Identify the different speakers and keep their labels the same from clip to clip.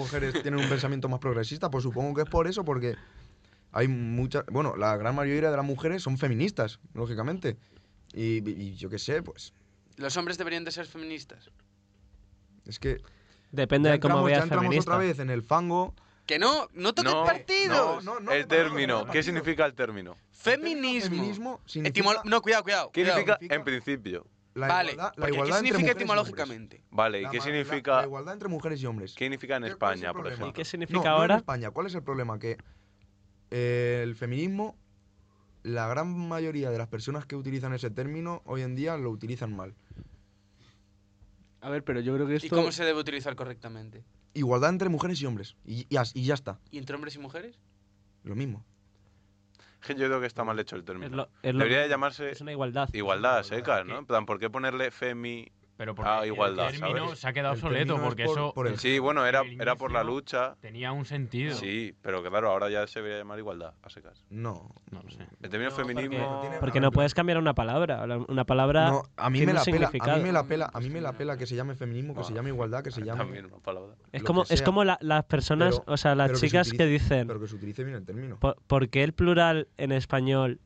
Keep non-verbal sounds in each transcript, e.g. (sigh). Speaker 1: mujeres tienen un pensamiento más progresista, pues supongo que es por eso, porque hay muchas, bueno, la gran mayoría de las mujeres son feministas, lógicamente. Y, y yo qué sé, pues
Speaker 2: Los hombres deberían de ser feministas.
Speaker 1: es que
Speaker 3: Depende
Speaker 1: ya
Speaker 3: de cómo
Speaker 1: entramos, ya
Speaker 3: veas
Speaker 1: entramos
Speaker 3: feminista.
Speaker 1: otra vez en el fango.
Speaker 2: Que no, no toques
Speaker 4: No,
Speaker 2: partidos.
Speaker 1: no, no,
Speaker 4: El
Speaker 1: no, no, no,
Speaker 4: término.
Speaker 1: no,
Speaker 4: ¿Qué
Speaker 1: no.
Speaker 4: significa el término?
Speaker 2: Feminismo.
Speaker 1: Feminismo significa
Speaker 2: Etimo- No, cuidado, cuidado.
Speaker 4: ¿Qué
Speaker 2: cuidado.
Speaker 4: significa
Speaker 1: significa-
Speaker 4: en principio?
Speaker 1: la
Speaker 2: vale,
Speaker 1: igualdad, la
Speaker 2: porque ¿qué
Speaker 1: igualdad entre
Speaker 2: significa
Speaker 1: mujeres y hombres.
Speaker 2: etimológicamente?
Speaker 4: Vale, ¿y
Speaker 1: La
Speaker 4: qué
Speaker 1: ma- la- La,
Speaker 4: significa,
Speaker 1: igualdad entre mujeres y hombres.
Speaker 4: qué significa en
Speaker 1: ¿Qué- cuál es el
Speaker 4: España, por
Speaker 1: problema?
Speaker 4: ejemplo?
Speaker 3: ¿Y qué
Speaker 1: No,
Speaker 3: significa
Speaker 1: no en
Speaker 3: ahora?
Speaker 1: España. ¿Cuál es el problema? Que eh, el feminismo, la gran mayoría de las personas que utilizan ese término hoy en día lo utilizan mal.
Speaker 5: A ver, pero yo creo que
Speaker 2: ¿Y
Speaker 5: esto.
Speaker 2: cómo se debe utilizar correctamente?
Speaker 1: Igualdad entre mujeres y hombres. Y, y as- y ya está.
Speaker 2: ¿Y entre hombres y mujeres?
Speaker 1: Lo mismo.
Speaker 4: Que (laughs) Yo creo que está mal hecho el término.
Speaker 3: Es lo- es lo-
Speaker 4: Debería de llamarse
Speaker 3: Es una igualdad.
Speaker 4: igualdad seca, ¿no? En plan, ¿por qué ponerle femi?
Speaker 6: Pero porque
Speaker 4: Ah, igualdad,
Speaker 6: el término
Speaker 4: ¿sabes?
Speaker 6: se ha quedado
Speaker 1: El
Speaker 6: obsoleto
Speaker 1: término es
Speaker 6: porque
Speaker 1: por-
Speaker 6: eso
Speaker 1: por el-
Speaker 4: Sí, bueno, era, era por la
Speaker 6: inicio
Speaker 4: lucha.
Speaker 6: tenía un sentido.
Speaker 4: Sí, pero claro, ahora ya se debería llamar igualdad a secas.
Speaker 1: No.
Speaker 6: No lo sé.
Speaker 4: El término
Speaker 2: No,
Speaker 4: feminismo.
Speaker 1: porque-
Speaker 3: Porque no puedes cambiar una palabra. la- Una palabra.
Speaker 1: No, a mí me
Speaker 3: tiene un
Speaker 1: la pela, a mí
Speaker 3: significado.
Speaker 1: me la pela, a mí me la pela que se llame feminismo, que
Speaker 4: No.
Speaker 1: se llame igualdad, que se
Speaker 4: También
Speaker 1: llame.
Speaker 4: una palabra.
Speaker 3: es
Speaker 1: lo
Speaker 3: como,
Speaker 1: que
Speaker 3: es
Speaker 1: sea,
Speaker 3: como la- las personas,
Speaker 1: pero-
Speaker 3: o sea, las
Speaker 1: pero que se
Speaker 3: chicas que,
Speaker 1: utilice,
Speaker 3: dicen.
Speaker 1: Pero que se utilice bien el término.
Speaker 3: "Po- ¿Por qué el plural en español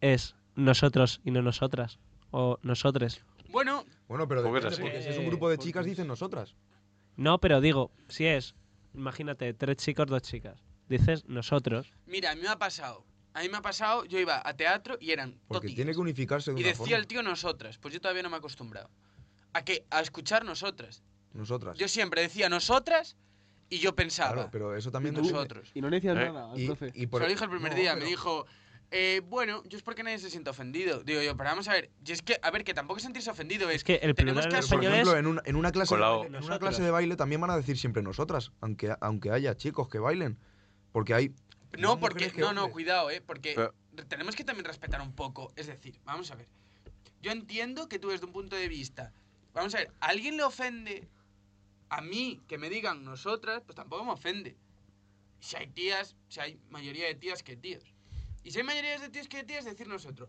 Speaker 3: es nosotros y no nosotras? O nosotres.
Speaker 2: Bueno,
Speaker 1: Bueno, pero
Speaker 4: Porque es
Speaker 1: depende,
Speaker 4: así.
Speaker 1: porque si es un
Speaker 3: Eh,
Speaker 1: grupo de
Speaker 3: porque
Speaker 1: chicas
Speaker 3: es-
Speaker 1: dicen nosotras.
Speaker 3: No, pero digo, si es, imagínate, tres chicos, dos chicas. Dices nosotros.
Speaker 2: mira, a mí me ha pasado. A mí me ha pasado, yo iba a teatro y eran
Speaker 1: Porque
Speaker 2: totis.
Speaker 1: tiene que unificarse de
Speaker 2: Y
Speaker 1: una
Speaker 2: decía
Speaker 1: forma.
Speaker 2: el tío nosotras. Pues yo todavía no me he acostumbrado. ¿A qué? A escuchar nosotras.
Speaker 1: Nosotras.
Speaker 2: Yo siempre decía nosotras y yo pensaba.
Speaker 1: Claro, pero eso también
Speaker 2: ¿Y
Speaker 1: depende.
Speaker 2: nosotros?
Speaker 5: Y no le decías
Speaker 4: Eh,
Speaker 5: nada al
Speaker 1: Y,
Speaker 5: profe.
Speaker 1: y e-,
Speaker 2: Se lo dije el primer día, me
Speaker 1: pero-
Speaker 2: dijo, eh, bueno, yo es porque nadie se sienta ofendido. Digo yo, pero vamos a ver, y es que, a ver, que tampoco sentirse ofendido es...
Speaker 3: Es que el
Speaker 2: tenemos
Speaker 3: plural
Speaker 2: que
Speaker 1: Pero, por
Speaker 3: en español es
Speaker 1: ejemplo, en una, en una clase de
Speaker 4: Colao.
Speaker 1: baile, en una
Speaker 3: Nosotras.
Speaker 1: clase de baile también van a decir siempre nosotras, aunque, aunque haya chicos que bailen. Porque hay.
Speaker 2: No,
Speaker 1: más
Speaker 2: porque...
Speaker 1: mujeres que
Speaker 2: No, no,
Speaker 1: hombres.
Speaker 2: cuidado, ¿eh? Porque
Speaker 4: Pero-
Speaker 2: tenemos que también respetar un poco. Es decir, vamos a ver. Yo entiendo que tú desde un punto de vista... Vamos a ver, ¿a alguien le ofende a mí que me digan nosotras? Pues tampoco me ofende. Si hay tías, si hay mayoría de tías que tíos. Y si hay mayoría de tíos que tías, decir nosotros.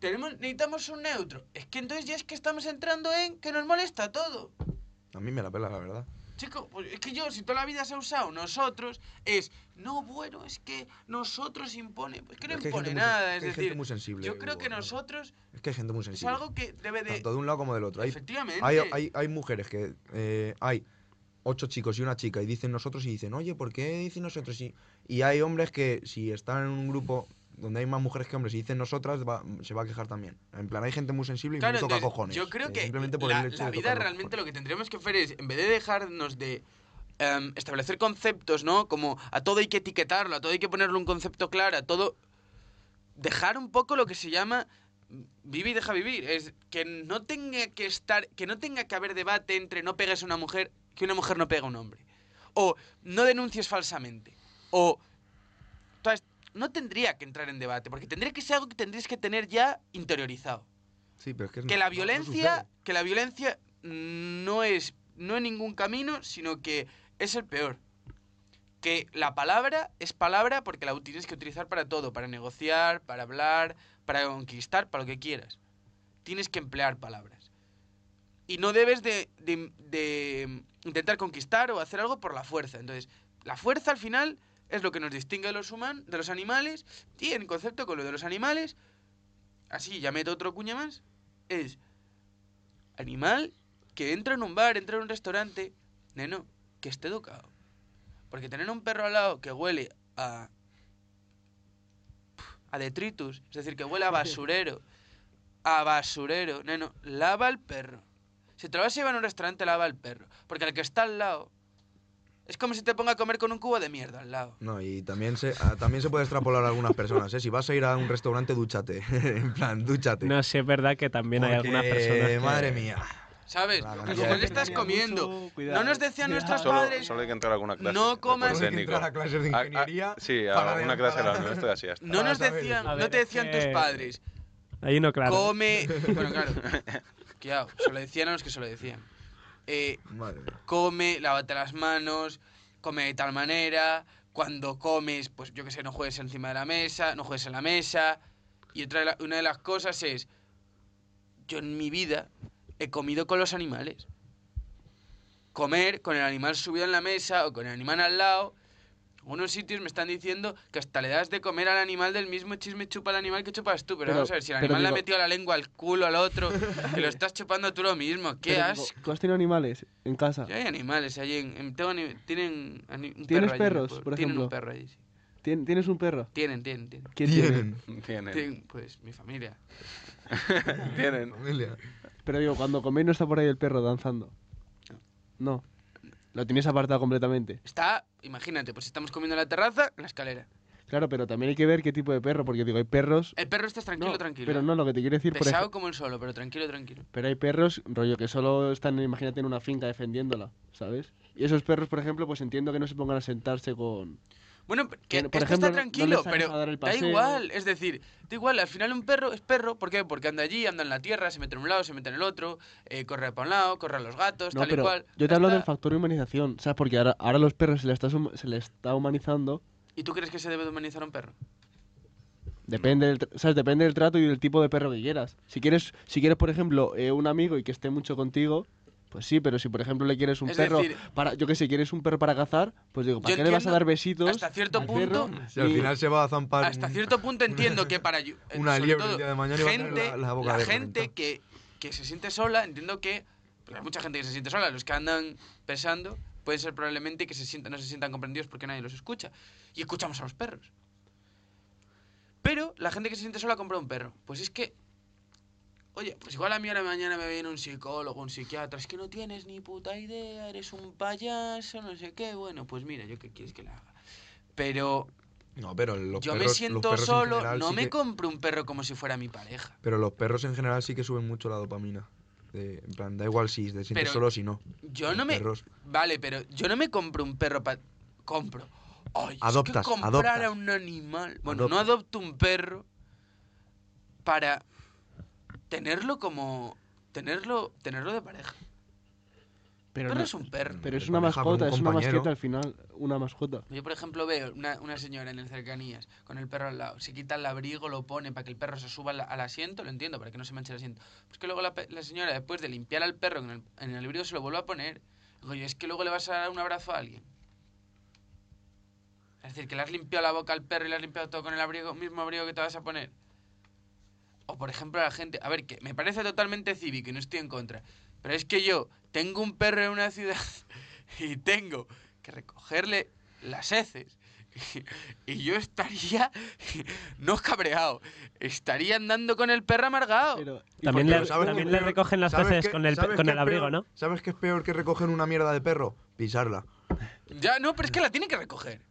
Speaker 2: Tenemos, necesitamos un neutro. Es que entonces ya es que estamos entrando en que nos molesta todo.
Speaker 1: A mí me la pela, la verdad.
Speaker 2: Chico, pues es que yo, si toda la vida se ha usado nosotros, es, no, bueno, es que nosotros impone, pues que no
Speaker 1: Es que hay
Speaker 2: impone
Speaker 1: gente muy sen- es
Speaker 2: nada, es
Speaker 1: que hay gente
Speaker 2: decir,
Speaker 1: muy sensible,
Speaker 2: yo creo
Speaker 1: Hugo,
Speaker 2: que
Speaker 1: no, no.
Speaker 2: nosotros
Speaker 1: Es que hay gente muy
Speaker 2: es
Speaker 1: sensible.
Speaker 2: algo que debe de...
Speaker 1: Tanto de un lado como del otro. Hay,
Speaker 2: Efectivamente.
Speaker 1: hay, hay, hay mujeres que eh, hay ocho chicos y una chica y dicen nosotros y dicen, oye, ¿por qué dicen nosotros? Y, y hay hombres que si están en un grupo donde hay más mujeres que hombres y dicen nosotras, va- se va a quejar también. En plan, hay gente muy sensible y
Speaker 2: Claro,
Speaker 1: muy toca
Speaker 2: entonces,
Speaker 1: cojones. eh,
Speaker 2: yo creo que
Speaker 1: Simplemente por
Speaker 2: la,
Speaker 1: el hecho
Speaker 2: la
Speaker 1: de
Speaker 2: vida
Speaker 1: tocar los
Speaker 2: realmente
Speaker 1: cojones.
Speaker 2: lo que tendríamos que hacer es, en vez de dejarnos de em, establecer conceptos, ¿no? Como a todo hay que etiquetarlo, a todo hay que ponerle un concepto claro, a todo... Dejar un poco lo que se llama vivir y deja vivir. Es que no tenga que estar, que no tenga que haber debate entre no pegues a una mujer, que una mujer no pega a un hombre. O no denuncies falsamente. O... todas- no tendría que entrar en debate, porque tendría que ser algo que tendrías que tener ya interiorizado
Speaker 1: Sí, pero es que,
Speaker 2: que
Speaker 1: no-
Speaker 2: la
Speaker 1: no- no
Speaker 2: violencia
Speaker 1: sucede.
Speaker 2: que la violencia no es no es ningún camino sino que es el peor que la palabra es palabra porque la tienes que utilizar para todo para negociar para hablar para conquistar para lo que quieras tienes que emplear palabras y no debes de, de- de intentar conquistar o hacer algo por la fuerza entonces la fuerza al final es lo que nos distingue de los human- de los animales y en concepto con lo de los animales así ya meto otro cuña más es animal que entra en un bar, entra en un restaurante, neno, que esté educado. Porque tener un perro al lado que huele a a detritus, es decir, que huele a basurero, a basurero, neno, lava al perro. Si te lo vas a llevar a un restaurante, lava al perro, porque el que está al lado es como si te ponga a comer con un cubo de mierda al lado.
Speaker 1: No, y también se, ah, también se puede extrapolar a algunas personas, ¿eh? Si vas a ir a un restaurante, dúchate. (laughs) en plan, dúchate.
Speaker 3: No, sí es verdad que también hay
Speaker 1: Porque,
Speaker 3: algunas personas. que-
Speaker 1: Madre mía.
Speaker 2: ¿Sabes?
Speaker 1: Claro,
Speaker 2: Porque
Speaker 1: Ah, ya,
Speaker 2: como le
Speaker 1: ya.
Speaker 2: estás comiendo. No nos decían nuestras
Speaker 4: Solo,
Speaker 2: padres
Speaker 4: solo hay que entrar a alguna clase.
Speaker 2: No
Speaker 4: de
Speaker 2: comas- Solo
Speaker 4: cuerpo
Speaker 1: hay que
Speaker 4: técnico.
Speaker 1: entrar a clases de
Speaker 4: A- a-
Speaker 1: ingeniería
Speaker 4: Sí,
Speaker 1: para
Speaker 4: a una
Speaker 1: ver-
Speaker 4: clase de
Speaker 1: para-
Speaker 4: la nuestra y así hasta.
Speaker 2: No
Speaker 1: Para
Speaker 2: nos
Speaker 1: saber
Speaker 2: decían,
Speaker 3: eso. A
Speaker 2: no
Speaker 3: ver,
Speaker 2: te
Speaker 3: es
Speaker 2: decían tus
Speaker 3: que-
Speaker 2: padres,
Speaker 3: Ahí no, claro.
Speaker 2: come... Bueno, claro, cuidado, se lo decían a los que se lo decían. Eh,
Speaker 1: Madre mía.
Speaker 2: come, lávate las manos, come de tal manera, cuando comes, pues yo qué sé, no juegues encima de la mesa, no juegues en la mesa. Y otra de la- una de las cosas es, yo en mi vida he comido con los animales. comer con el animal subido en la mesa o con el animal al lado. Unos sitios me están diciendo que hasta le das de comer al animal del mismo chisme chupa al animal que chupas tú. Pero,
Speaker 5: Pero-
Speaker 2: vamos a ver, si el
Speaker 5: pero
Speaker 2: animal le ha
Speaker 5: digo-
Speaker 2: metido la lengua al culo al
Speaker 5: (laughs)
Speaker 2: otro, que lo estás chupando tú lo mismo. ¡Qué
Speaker 5: Pero,
Speaker 2: asco!
Speaker 5: ¿Tú has tenido animales en casa?
Speaker 2: Yo hay animales allí. En, en- tengo ani- tienen ani- un perro allí
Speaker 5: ¿Tienes
Speaker 2: en el
Speaker 5: perros,
Speaker 2: pueblo.
Speaker 5: por
Speaker 2: Tienen un
Speaker 5: ejemplo?
Speaker 2: perro allí, sí.
Speaker 5: ¿Tien- ¿Tienes un perro?
Speaker 2: Tienen, tienen, tienen.
Speaker 5: ¿Quién tiene?
Speaker 1: Tienen.
Speaker 4: (laughs) Tienen.
Speaker 2: Tienen, pues mi familia.
Speaker 4: Tienen.
Speaker 1: Familia.
Speaker 5: Pero digo, cuando coméis no está por ahí el perro danzando. No. Lo tienes apartado completamente.
Speaker 2: Está, imagínate, pues estamos comiendo en la terraza, en la escalera.
Speaker 5: Claro, pero también hay que ver qué tipo de perro, porque digo, hay perros...
Speaker 2: El perro está Eh, tranquilo,
Speaker 5: No,
Speaker 2: tranquilo.
Speaker 5: Pero no, lo que te quiero decir, por
Speaker 2: Pesado
Speaker 5: ejemplo...
Speaker 2: como el solo, pero tranquilo, tranquilo.
Speaker 5: Pero hay perros, rollo, que solo están, imagínate, en una finca defendiéndola, ¿sabes? Y esos perros, por ejemplo, pues entiendo que no se pongan a sentarse con...
Speaker 2: Bueno, que
Speaker 5: Bueno, por
Speaker 2: este
Speaker 5: ejemplo,
Speaker 2: está
Speaker 5: no- no
Speaker 2: tranquilo,
Speaker 5: les hagas
Speaker 2: pero
Speaker 5: a dar el
Speaker 2: da
Speaker 5: paseo.
Speaker 2: igual. Es decir, da igual, al final un perro es perro. ¿Por qué? Porque anda allí, anda en la tierra, se mete en un lado, se mete en el otro, eh, corre para un lado, corre a los gatos,
Speaker 5: No,
Speaker 2: Pues tal y
Speaker 5: pero
Speaker 2: cual.
Speaker 5: yo te
Speaker 2: Ya
Speaker 5: hablo del
Speaker 2: está.
Speaker 5: factor humanización, ¿sabes? Porque ahora, ahora los perros se les, está, sum- se les está humanizando,
Speaker 2: ¿Y tú crees que se debe de humanizar a un perro?
Speaker 5: depende del, tr- ¿sabes? depende del trato y del tipo de perro que quieras. Si quieres, si quieres por ejemplo, eh, un amigo y que esté mucho contigo, pues sí, pero si por ejemplo le quieres un
Speaker 2: Es
Speaker 5: perro
Speaker 2: decir-
Speaker 5: para, yo que sé, quieres un perro para cazar, pues digo, ¿para
Speaker 2: Yo
Speaker 5: qué le vas a
Speaker 2: entiendo
Speaker 5: dar besitos?
Speaker 2: Hasta cierto
Speaker 5: al perro?
Speaker 2: punto,
Speaker 1: Si al
Speaker 5: Y-
Speaker 1: final se va a zampar.
Speaker 2: hasta
Speaker 1: un-
Speaker 2: cierto punto entiendo que para ayu-
Speaker 1: (laughs)
Speaker 2: eh,
Speaker 1: una
Speaker 2: sobre
Speaker 1: liebre
Speaker 2: todo,
Speaker 1: el día de mañana y va a tener
Speaker 2: gente,
Speaker 1: la- la boca desorientada.
Speaker 2: gente que, que se siente sola, entiendo que porque hay mucha gente que se siente sola, los que andan pensando puede ser probablemente que se sientan, no se sientan comprendidos porque nadie los escucha y escuchamos a los perros. Pero la gente que se siente sola compra un perro. Pues es que Oye, pues igual a mí ahora mañana me viene un psicólogo, un psiquiatra, es que no tienes ni puta idea, eres un payaso, no sé qué. Bueno, pues mira, yo qué quieres que le haga. Pero
Speaker 1: No, pero los
Speaker 2: yo
Speaker 1: perros-
Speaker 2: me
Speaker 1: los
Speaker 2: siento
Speaker 1: perros en
Speaker 2: solo,
Speaker 1: general
Speaker 2: no
Speaker 1: sí
Speaker 2: me
Speaker 1: que-
Speaker 2: compro un perro como si fuera mi pareja.
Speaker 1: Pero los perros en general sí que suben mucho la dopamina. De- en plan, da igual si te sientes
Speaker 2: Pero-
Speaker 1: solo o si no.
Speaker 2: Yo
Speaker 1: Los
Speaker 2: no me.
Speaker 1: perros.
Speaker 2: Vale, pero yo no me compro un perro para. Compro. Ay, es
Speaker 1: Adoptas,
Speaker 2: que comprar
Speaker 1: adoptas.
Speaker 2: a un animal. Bueno, no
Speaker 1: Adoptas.
Speaker 2: adopto un perro para tenerlo como. Tenerlo, tenerlo de pareja.
Speaker 5: Pero,
Speaker 2: Perro
Speaker 5: no-
Speaker 2: es un perro.
Speaker 5: pero es
Speaker 1: de
Speaker 5: una
Speaker 1: pareja con un
Speaker 5: mascota, es una
Speaker 1: compañero.
Speaker 5: masqueta al final, una mascota.
Speaker 2: Yo, por ejemplo, veo una, una señora en el cercanías con el perro al lado. Se quita el abrigo, lo pone para que el perro se suba al, al asiento. Lo entiendo, para que no se manche el asiento. Pero es que luego la, pe- la señora, después de limpiar al perro en el, en el abrigo, se lo vuelve a poner. Digo yo, es que luego le vas a dar un abrazo a alguien. Es decir, que le has limpiado la boca al perro y le has limpiado todo con el abrigo, mismo abrigo que te vas a poner. O, por ejemplo, a la gente. A ver, que me parece totalmente cívico y no estoy en contra. Pero es que yo tengo un perro en una ciudad y tengo que recogerle las heces. (laughs) Y yo estaría, (laughs) no cabreado, estaría andando con el perro amargado.
Speaker 5: Pero- y
Speaker 3: También
Speaker 5: por-
Speaker 3: le,
Speaker 1: Pero ¿sabes
Speaker 3: también
Speaker 1: qué
Speaker 3: le
Speaker 1: peor?
Speaker 3: recogen las
Speaker 1: ¿Sabes
Speaker 3: heces
Speaker 1: qué-
Speaker 3: con el, pe-
Speaker 1: sabes
Speaker 3: con
Speaker 1: qué
Speaker 3: el
Speaker 1: es
Speaker 3: abrigo,
Speaker 1: peor?
Speaker 3: ¿no?
Speaker 1: ¿Sabes qué es peor que recoger una mierda de perro? Pisarla.
Speaker 2: Ya, no, pero es que la tienen que recoger.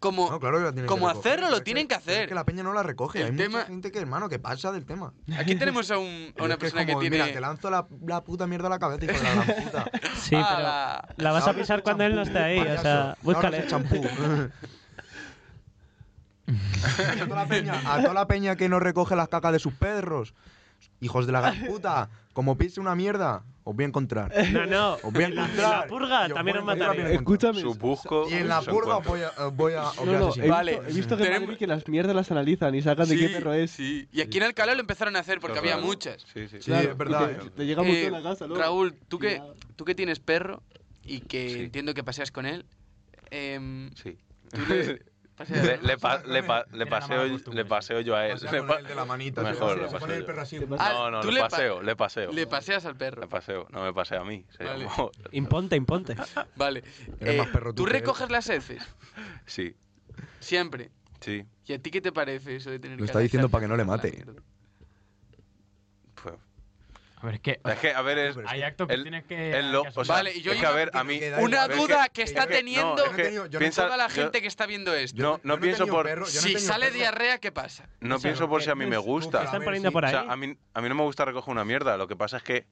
Speaker 2: Como,
Speaker 1: No, claro que la tienen
Speaker 2: como
Speaker 1: que recoger,
Speaker 2: hacerlo, lo
Speaker 1: pero es
Speaker 2: tienen que
Speaker 1: pero es
Speaker 2: hacer.
Speaker 1: que la peña no la recoge.
Speaker 2: El
Speaker 1: Hay
Speaker 2: tema-
Speaker 1: mucha gente que, hermano, que pasa del tema.
Speaker 2: aquí tenemos a, un- a
Speaker 1: Es
Speaker 2: una
Speaker 1: que es
Speaker 2: persona que,
Speaker 1: como,
Speaker 2: tiene...
Speaker 1: Mira, te lanzo la, la puta mierda a la cabeza, hijo de la
Speaker 2: (laughs)
Speaker 1: gran puta.
Speaker 3: Sí,
Speaker 2: Ah,
Speaker 3: pero
Speaker 2: ¡Hala!
Speaker 3: la vas a
Speaker 1: Ahora
Speaker 3: pisar
Speaker 1: ese
Speaker 3: cuando él no
Speaker 1: champú,
Speaker 3: esté ahí, o
Speaker 1: payaso.
Speaker 3: sea,
Speaker 1: Ahora
Speaker 3: búscale.
Speaker 1: ese champú. (laughs) Y a, toda la peña, a toda la peña que no recoge las cacas de sus perros. Hijos de la gran puta, como pise una mierda, os voy a encontrar.
Speaker 3: No, no,
Speaker 1: Os voy a
Speaker 3: en (laughs) la, en
Speaker 1: encontrar.
Speaker 3: la purga
Speaker 1: Y os
Speaker 3: también
Speaker 1: voy a
Speaker 3: os
Speaker 1: encontrar,
Speaker 3: mataría.
Speaker 1: os voy a encontrar.
Speaker 5: Escúchame.
Speaker 4: Su busco.
Speaker 1: Y en la
Speaker 4: su
Speaker 1: purga os
Speaker 4: encuentro.
Speaker 1: voy a. os voy a- os voy
Speaker 5: No,
Speaker 1: a
Speaker 5: no, he
Speaker 1: asesinar.
Speaker 5: visto,
Speaker 2: Vale.
Speaker 5: he visto que, en
Speaker 2: Tenemos-
Speaker 5: Madrid que las mierdas las analizan y sacan de
Speaker 2: Sí,
Speaker 5: qué perro es.
Speaker 2: sí. Y aquí en Alcalá lo empezaron a hacer porque había muchas.
Speaker 4: Sí, sí.
Speaker 1: Sí, Claro, es verdad,
Speaker 5: y Te,
Speaker 1: eh.
Speaker 5: te llega mucho
Speaker 2: Eh,
Speaker 5: a la casa, luego.
Speaker 2: Raúl, tú que,
Speaker 5: Cuidado.
Speaker 2: tú que tienes perro y que
Speaker 4: Sí.
Speaker 2: entiendo que paseas con él, em,
Speaker 4: Sí. (laughs)
Speaker 2: tú le- paseas,
Speaker 4: Le,
Speaker 2: ¿no?
Speaker 4: le pa- le pa- le
Speaker 6: Era una
Speaker 4: paseo,
Speaker 6: mala
Speaker 4: yo-
Speaker 6: costumbre,
Speaker 4: le
Speaker 6: sí.
Speaker 4: paseo yo a él.
Speaker 1: O sea,
Speaker 4: Le
Speaker 1: con
Speaker 4: pa-
Speaker 1: el de la manita.
Speaker 4: Mejor,
Speaker 1: se
Speaker 4: lo
Speaker 1: pone
Speaker 4: paseo
Speaker 1: el
Speaker 4: yo.
Speaker 1: perro así.
Speaker 5: Te pasa-
Speaker 2: Ah,
Speaker 4: No, no,
Speaker 2: tú
Speaker 4: le
Speaker 2: le pa-
Speaker 4: paseo, le paseo.
Speaker 2: Le paseas al perro.
Speaker 4: Le paseo, no me pasea a mí. sería
Speaker 2: Vale.
Speaker 4: como-
Speaker 3: Imponte, imponte.
Speaker 2: Vale.
Speaker 1: Eres
Speaker 2: Eh,
Speaker 1: más perro
Speaker 2: tú
Speaker 1: tú que él.
Speaker 2: recoges las heces,
Speaker 4: (laughs) Sí,
Speaker 2: siempre.
Speaker 4: sí.
Speaker 2: ¿Y a ti qué te parece eso de tener
Speaker 1: Lo
Speaker 2: que
Speaker 1: está diciendo
Speaker 2: agacharte
Speaker 1: para que no le
Speaker 2: por la
Speaker 1: mate.
Speaker 2: mierda?
Speaker 4: Pues-
Speaker 6: A ver, es que
Speaker 4: Es que, a ver, es.
Speaker 1: Pero
Speaker 6: hay actos que
Speaker 4: el-
Speaker 6: tienes que...
Speaker 4: el lo-
Speaker 6: que
Speaker 4: o sea,
Speaker 6: asumir.
Speaker 2: Vale, y yo
Speaker 4: es que, a
Speaker 2: iba-
Speaker 4: ver, a mí.
Speaker 1: que da igual.
Speaker 2: Una
Speaker 1: Pero es
Speaker 2: duda que,
Speaker 4: es
Speaker 2: está
Speaker 4: que- no,
Speaker 2: teniendo
Speaker 4: es que
Speaker 1: Yo no he tenido- yo no-
Speaker 4: piensa-
Speaker 2: toda la
Speaker 4: yo-
Speaker 2: gente que está viendo esto.
Speaker 4: No, no
Speaker 1: he
Speaker 4: pienso
Speaker 1: tenido
Speaker 4: por-
Speaker 1: perro, yo no he
Speaker 2: si
Speaker 1: tenido
Speaker 2: sale
Speaker 1: perro.
Speaker 2: diarrea, ¿qué pasa?
Speaker 4: No
Speaker 3: O sea,
Speaker 4: pienso por si a mí me
Speaker 1: pero
Speaker 4: gusta.
Speaker 1: a
Speaker 3: Están
Speaker 1: ver,
Speaker 3: poniendo
Speaker 1: sí.
Speaker 3: por
Speaker 4: O
Speaker 3: ahí.
Speaker 4: sea, a mí, a mí no me gusta recoger una mierda. Lo que pasa es que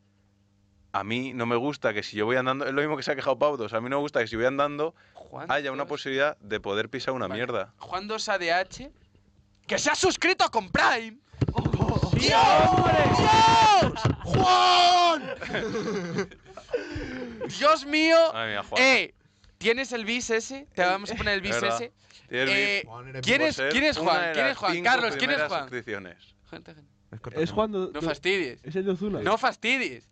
Speaker 4: a mí no me gusta que si yo voy andando. Es lo mismo que se ha quejado Pautos. a mí no me gusta que si voy andando
Speaker 2: Juan
Speaker 4: haya Ah, una
Speaker 2: dos-
Speaker 4: posibilidad de poder pisar una
Speaker 2: Ah, Vale.
Speaker 4: mierda.
Speaker 2: Juan 2 ADH, que se ha suscrito con Prime. ¡Dios! ¡Dios! ¡Juan! ¡Dios mío!
Speaker 4: Ay, mira, Juan. Eh,
Speaker 2: ¡Eh! ¿Tienes el bis ese? Te vamos a poner el bis
Speaker 4: verdad.
Speaker 2: ese.
Speaker 4: Tienes
Speaker 2: eh,
Speaker 1: Juan, eres
Speaker 2: ¿Quién
Speaker 4: por
Speaker 2: es,
Speaker 4: ser
Speaker 2: quién es
Speaker 4: una
Speaker 2: Juan?
Speaker 4: de
Speaker 2: ¿Quién es
Speaker 4: las
Speaker 2: Juan?
Speaker 4: cinco
Speaker 2: Carlos, ¿quién es
Speaker 4: primeras
Speaker 2: Juan?
Speaker 4: suscripciones.
Speaker 2: Gente, gente,
Speaker 5: Es cuando.
Speaker 2: No fastidies.
Speaker 5: Es el de Ozuna.
Speaker 2: No fastidies.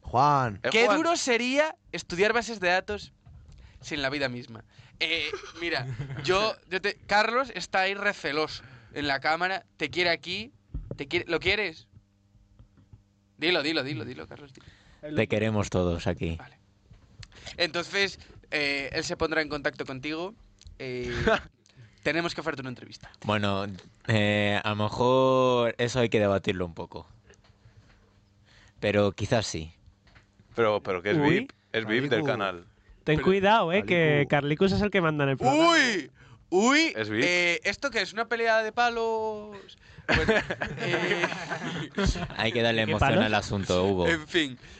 Speaker 1: Juan.
Speaker 4: Eh,
Speaker 2: Qué
Speaker 4: Juan,
Speaker 2: duro sería estudiar bases de datos sin la vida misma. Eh, mira, yo, yo te- Carlos está ahí receloso en la cámara, te quiere aquí, te quiere, ¿lo quieres? Dilo, dilo, dilo, dilo, Carlos. dilo.
Speaker 6: Te queremos todos aquí.
Speaker 2: Vale. Entonces, eh, él se pondrá en contacto contigo. (laughs) eh, tenemos que hacerte una entrevista.
Speaker 6: Bueno, eh, a lo mejor eso hay que debatirlo un poco. Pero quizás sí.
Speaker 4: Pero, pero que es
Speaker 3: Uy.
Speaker 4: VIP, es VIP del
Speaker 1: Marico.
Speaker 4: canal.
Speaker 3: Ten
Speaker 1: Pero-
Speaker 3: cuidado, eh, que
Speaker 1: Calico.
Speaker 3: Carlicus es el que manda en el programa.
Speaker 2: ¡Uy! ¡Uy!
Speaker 4: ¿Es Vic?
Speaker 2: Eh, ¿Esto qué es? ¿Una pelea de palos?
Speaker 4: (laughs)
Speaker 2: Bueno, eh,
Speaker 6: Hay que darle
Speaker 3: ¿Qué
Speaker 6: emoción
Speaker 2: (laughs)
Speaker 3: palos?
Speaker 6: al asunto, Hugo.
Speaker 2: en fin.